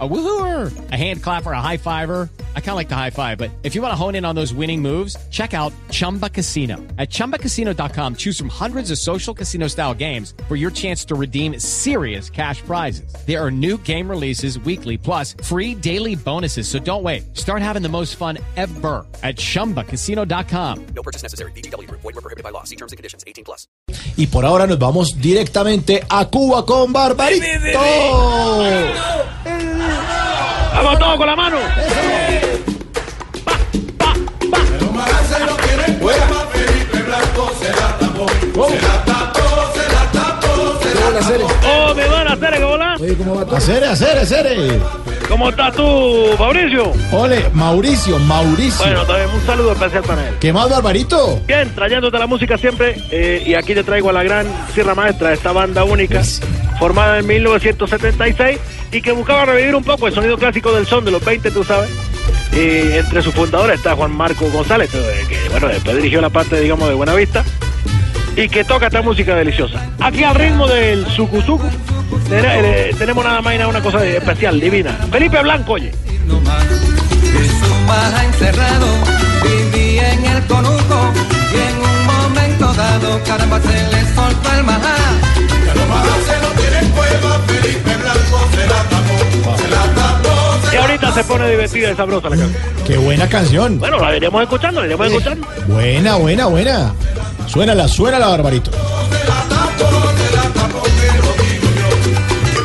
A woohooer, a hand clapper, a high fiver. I kind of like the high five, but if you want to hone in on those winning moves, check out Chumba Casino. At chumbacasino.com, choose from hundreds of social casino style games for your chance to redeem serious cash prizes. There are new game releases weekly, plus free daily bonuses. So don't wait. Start having the most fun ever at chumbacasino.com. No purchase necessary. BGW. Void were prohibited by law. See terms and conditions. 18 plus. Y por ahora nos vamos directamente a Cuba con Barbarito. ¡Vamos todos con la mano! Hola, Cere. ¡Oh, me van a hacer que volar! Oye, ¿cómo va todo? Acere, acere, acere. ¿Cómo estás tú, Fabricio? Ole, Mauricio, Mauricio. Bueno, también un saludo especial para él. ¿Qué más, Barbarito? Bien, trayéndote la música siempre, eh, y aquí te traigo a la gran Sierra Maestra, esta banda única, formada en 1976, y que buscaba revivir un poco el sonido clásico del son de los 20, tú sabes. Y entre sus fundadores está Juan Marco González, eh, que bueno, después dirigió la parte, digamos, de Buenavista, y que toca esta música deliciosa. Aquí al ritmo del sucuzuku, tenemos nada más y nada una cosa de- especial, divina. Felipe Blanco, oye. no más. Es un paja encerrado, vivía en el conuco y en un momento dado, caramba, se le soltó el majá. Y ahorita se pone divertida y sabrosa la canción. Qué buena canción. Bueno, la iremos escuchando, la iremos escuchando. Buena, buena, buena. Suénala, suénala, Barbarito.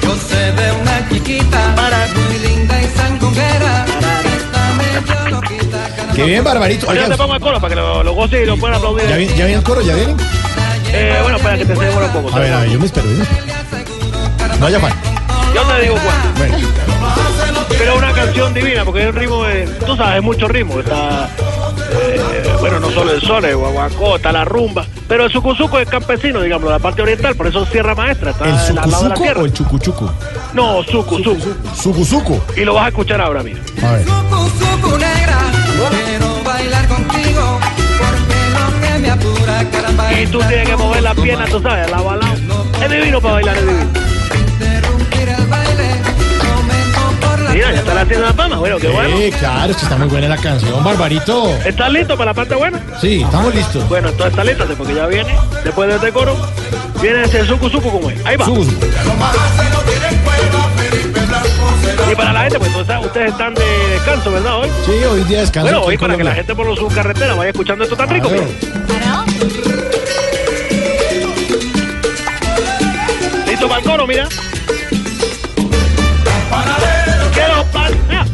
Yo sé de una chiquita, muy linda y sangunguera, que está medio loquita, caramba, Qué bien, Barbarito. Yo te Oigan, pongo el coro para que lo, lo goces y lo puedan aplaudir. ¿ya viene, ya viene el coro? ¿Ya viene? Eh, bueno, para que te se demore un poco. A ver, a ver, yo me espero. yo me espero. No haya afán. Yo te digo cuándo. Bueno, Pero es una canción divina, porque es un ritmo, de, tú sabes, es mucho ritmo. Está, eh, bueno, no solo el sol, el guaguancó, está la rumba. Pero el sucuzuco es campesino, digamos, la parte oriental, por eso es Sierra Maestra, está ¿el al Ah, lado de la sucuzuco tierra. o el chucuchuco? No, sucuzuco. Sucuzuco. Y lo vas a escuchar ahora mismo. A ver. sucu, sucu negra, quiero bailar contigo, porque lo que me apura, caramba, Y es tú la tienes que mover la contigo, pierna, tú sabes, la balada. Es divino para bailar, es divino. Interrumpir el baile, comenzó por la Mira, ya está tierra. la tienda de la fama, bueno, qué bueno. Eh, claro, es que está muy buena la canción, Barbarito. ¿Estás listo para la parte buena? Sí, estamos listos. Bueno, entonces está listo, porque ya viene, después de este coro, viene ese suku suku como es. Ahí va. Sucu, sucu. Y para la gente, pues entonces ustedes están de descanso, ¿verdad? Hoy. Sí, hoy día descanso. Bueno, aquí hoy en para que la Colombia. gente por sus carreteras vaya escuchando esto tan rico. Claro. mira. Listo para el coro, mira. Quiero pan. ah,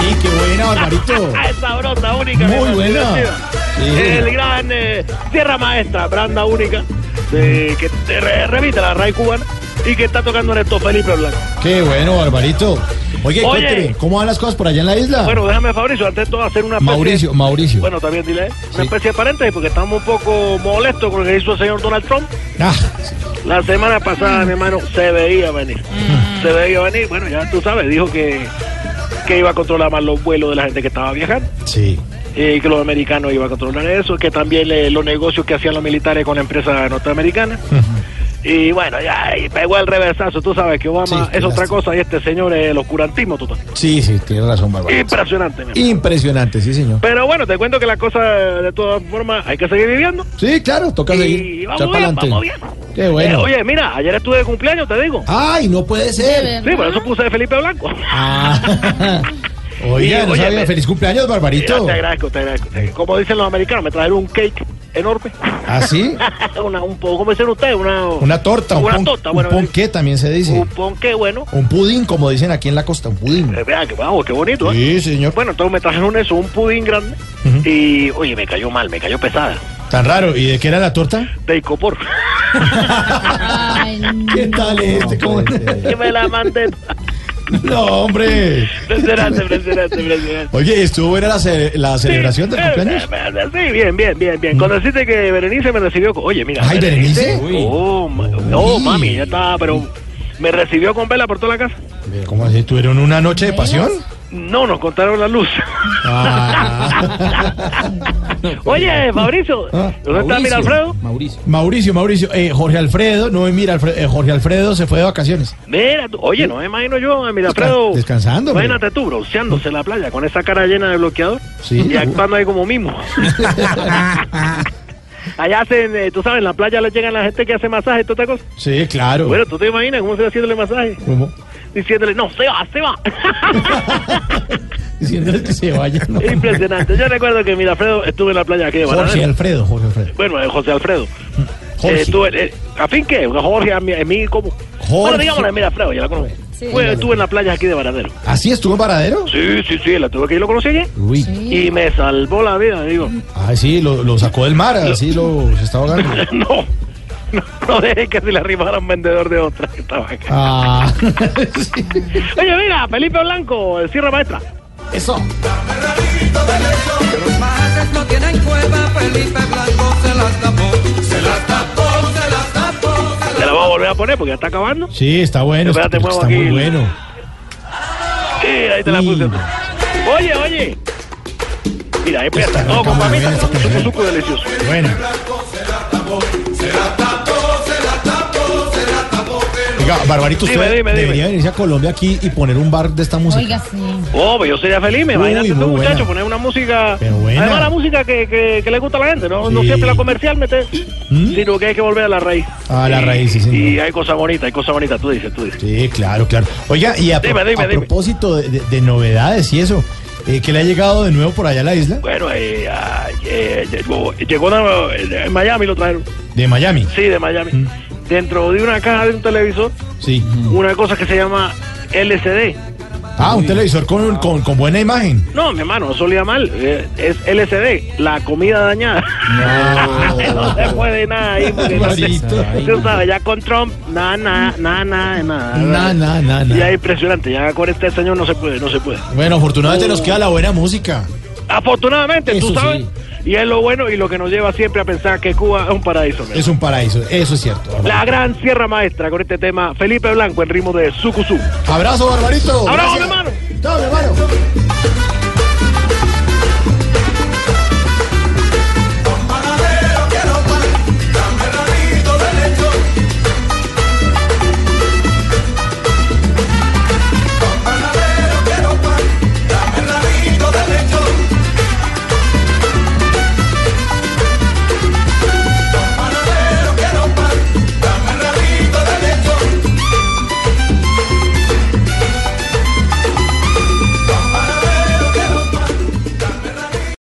Sí, qué buena, Barbarito. ah, es sabrosa, única. Muy mi buena. divertida. Sí. El gran eh, Tierra Maestra, branda única, de- que te re- remite a la raíz cubana y que está tocando en esto Felipe Blanco. Qué bueno, Barbarito. Oye, Oye. cuénteme, ¿cómo van las cosas por allá en la isla? Bueno, déjame, Fabricio, antes de todo hacer una especie- Mauricio, Mauricio. Bueno, también dile, ¿eh? Sí. una especie de paréntesis, porque estamos un poco molestos con lo que hizo el señor Donald Trump. Ah, sí. La semana Mm. pasada, mi hermano, se veía venir. Se veía venir, bueno, ya tú sabes, dijo que, que iba a controlar más los vuelos de la gente que estaba viajando, eh, sí. y que los americanos iban a controlar eso, que también eh, los negocios que hacían los militares con la empresa norteamericana. Y bueno, ya y pegó el reversazo, tú sabes que Sí, Obama qué es otra lástima. cosa y este señor es el oscurantismo total. Sí, sí, tiene razón, Barbarito. Impresionante, mi hermano. Impresionante, sí, señor. Pero bueno, te cuento que la cosa, de todas formas, hay que seguir viviendo. Sí, claro, toca seguir. Y vamos echar bien, pa'lante. vamos bien. Qué bueno. Eh, oye, mira, ayer estuve de cumpleaños, te digo. Ay, no puede ser. Sí, por eso puse de Felipe Blanco. Ah. Oiga, Y, no oye, sabía. me- Feliz cumpleaños, Ya, Barbarito. te agradezco, te agradezco. Como dicen los americanos, me trajeron un cake enorme. ¿Ah, sí? una, un poco, ¿cómo dicen ustedes? Una, Una torta, un, una pon- torta, un bueno. Uh. ponqué también se dice. un ponqué, bueno. Un pudín, como dicen aquí en la costa, un pudín. Eh, vea, que vamos, qué bonito, ¿eh? Sí, señor. Bueno, entonces me trajeron eso, un pudín grande. Y, oye, me cayó mal, me cayó pesada. Tan raro. ¿Y de qué era la torta? De icopor. ¿Qué tal este? ¿Cómo- que me la mandé. No, hombre. Impresionante, impresionante, impresionante. Oye, ¿estuvo buena la, ce- la celebración del eh, cumpleaños? eh, eh, Sí, bien, bien, bien, bien. Cuando deciste que Berenice me recibió, co- oye, mira. Ay, Berenice. Oh, ma- oh, Uy. mami, ya está, pero Me recibió con vela por toda la casa. ¿Cómo así? ¿Tuvieron una noche de pasión? No, nos contaron la luz. Ah. Oye, Fabricio, ¿dónde está mira Alfredo? Mauricio. Mauricio, Mauricio, eh, Jorge Alfredo, no mira, Alfredo, eh, Jorge Alfredo se fue de vacaciones. Mira, tú- oye, no me imagino yo a Mirafredo. Desca- descansando, hombre. Imagínate tú, bronceándose en la playa con esa cara llena de bloqueador Sí. y actuando ahí como mimo. Allá hacen, eh, tú sabes, en la playa le llegan la gente que hace masaje y toda esta cosa. Sí, claro. Bueno, tú te imaginas cómo se va haciéndole masaje. ¿Cómo? Diciéndole, no, se va, se va. Diciéndole que se vaya. ¿no? Es impresionante. Yo recuerdo que Mirafredo estuve en la playa aquí de Jorge Bananera. Alfredo, Jorge Alfredo. Bueno, eh, José Alfredo. Eh, Jorge. estuve, eh, ¿A fin qué? Jorge, a mí, a mí ¿cómo? Bueno, digámosle a Mirafredo, ya la conozco. Sí. Bueno, estuve en la playa aquí de Varadero. ¿Así estuvo en Varadero? Sí, sí, sí, la tuve que yo lo conocí allí. Uy. Y me salvó la vida, digo. Ah, sí, lo, lo sacó del mar, así lo se estaba ahogando. No, no, no dejé que se le arrimara un vendedor de otra que estaba acá. Ah, sí. Ah. Oye, mira, Felipe Blanco, el Sierra Maestra. Eso. Los majates no tienen cueva, Felipe Blanco se las tapó. Se las tapó, se las tapó. Te la voy a volver a poner porque ya está acabando. Sí, está bueno. Espérate, está- muevo está muy aquí. bueno. Sí, ahí te la puse. Uy. Oye, oye. Mira, empieza. Esta No, con cama mamita, de con un esta suco, suco delicioso. Bueno. Oiga, Barbarito, usted Dime, dime, dime. debería venirse a Colombia aquí y poner un bar de esta música. Oiga, sí. Oh, pues yo sería feliz, me Uy, imagínate tú, muy buena. muchacho, poner una música. Pero buena. Además, la música que, que, que le gusta a la gente, ¿no? No Sí. ¿Mm? siempre la comercial, mete. Sino que hay que volver a la raíz. A la Y- raíz, sí, Y señor. hay cosas bonitas, hay cosas bonitas, tú dices, tú dices. Sí, claro, claro. Oiga, y a, pro- Dime, dime, a dime. propósito de, de- de novedades y eso, eh, ¿qué le ha llegado de nuevo por allá a la isla? Bueno, eh, ah, eh, llegó, llegó una- eh, en Miami, lo trajeron. De Miami. Sí, de Miami. ¿Mm? Dentro de una caja de un televisor, Sí. una cosa que se llama LCD. Ah, un televisor con, con, con buena imagen. No, mi hermano, eso olía mal. Eh, es LCD, la comida dañada. No, se puede nada ahí. porque no se- Barbarito. Tú sabes, ya con Trump, nada, nada, nada, nada, nada. Na, na, na, na. Ya es impresionante, ya con este señor no se puede, no se puede. Bueno, afortunadamente Oh. nos queda la buena música. Afortunadamente, tú Eso sabes. sí. Y es lo bueno y lo que nos lleva siempre a pensar que Cuba es un paraíso. mi hermano. Es un paraíso, eso es cierto. Barbarito. La gran Sierra Maestra con este tema Felipe Blanco en ritmo de Sucusú. Abrazo, Barbarito. Abrazo, Gracias. mi hermano. Chao, mi hermano.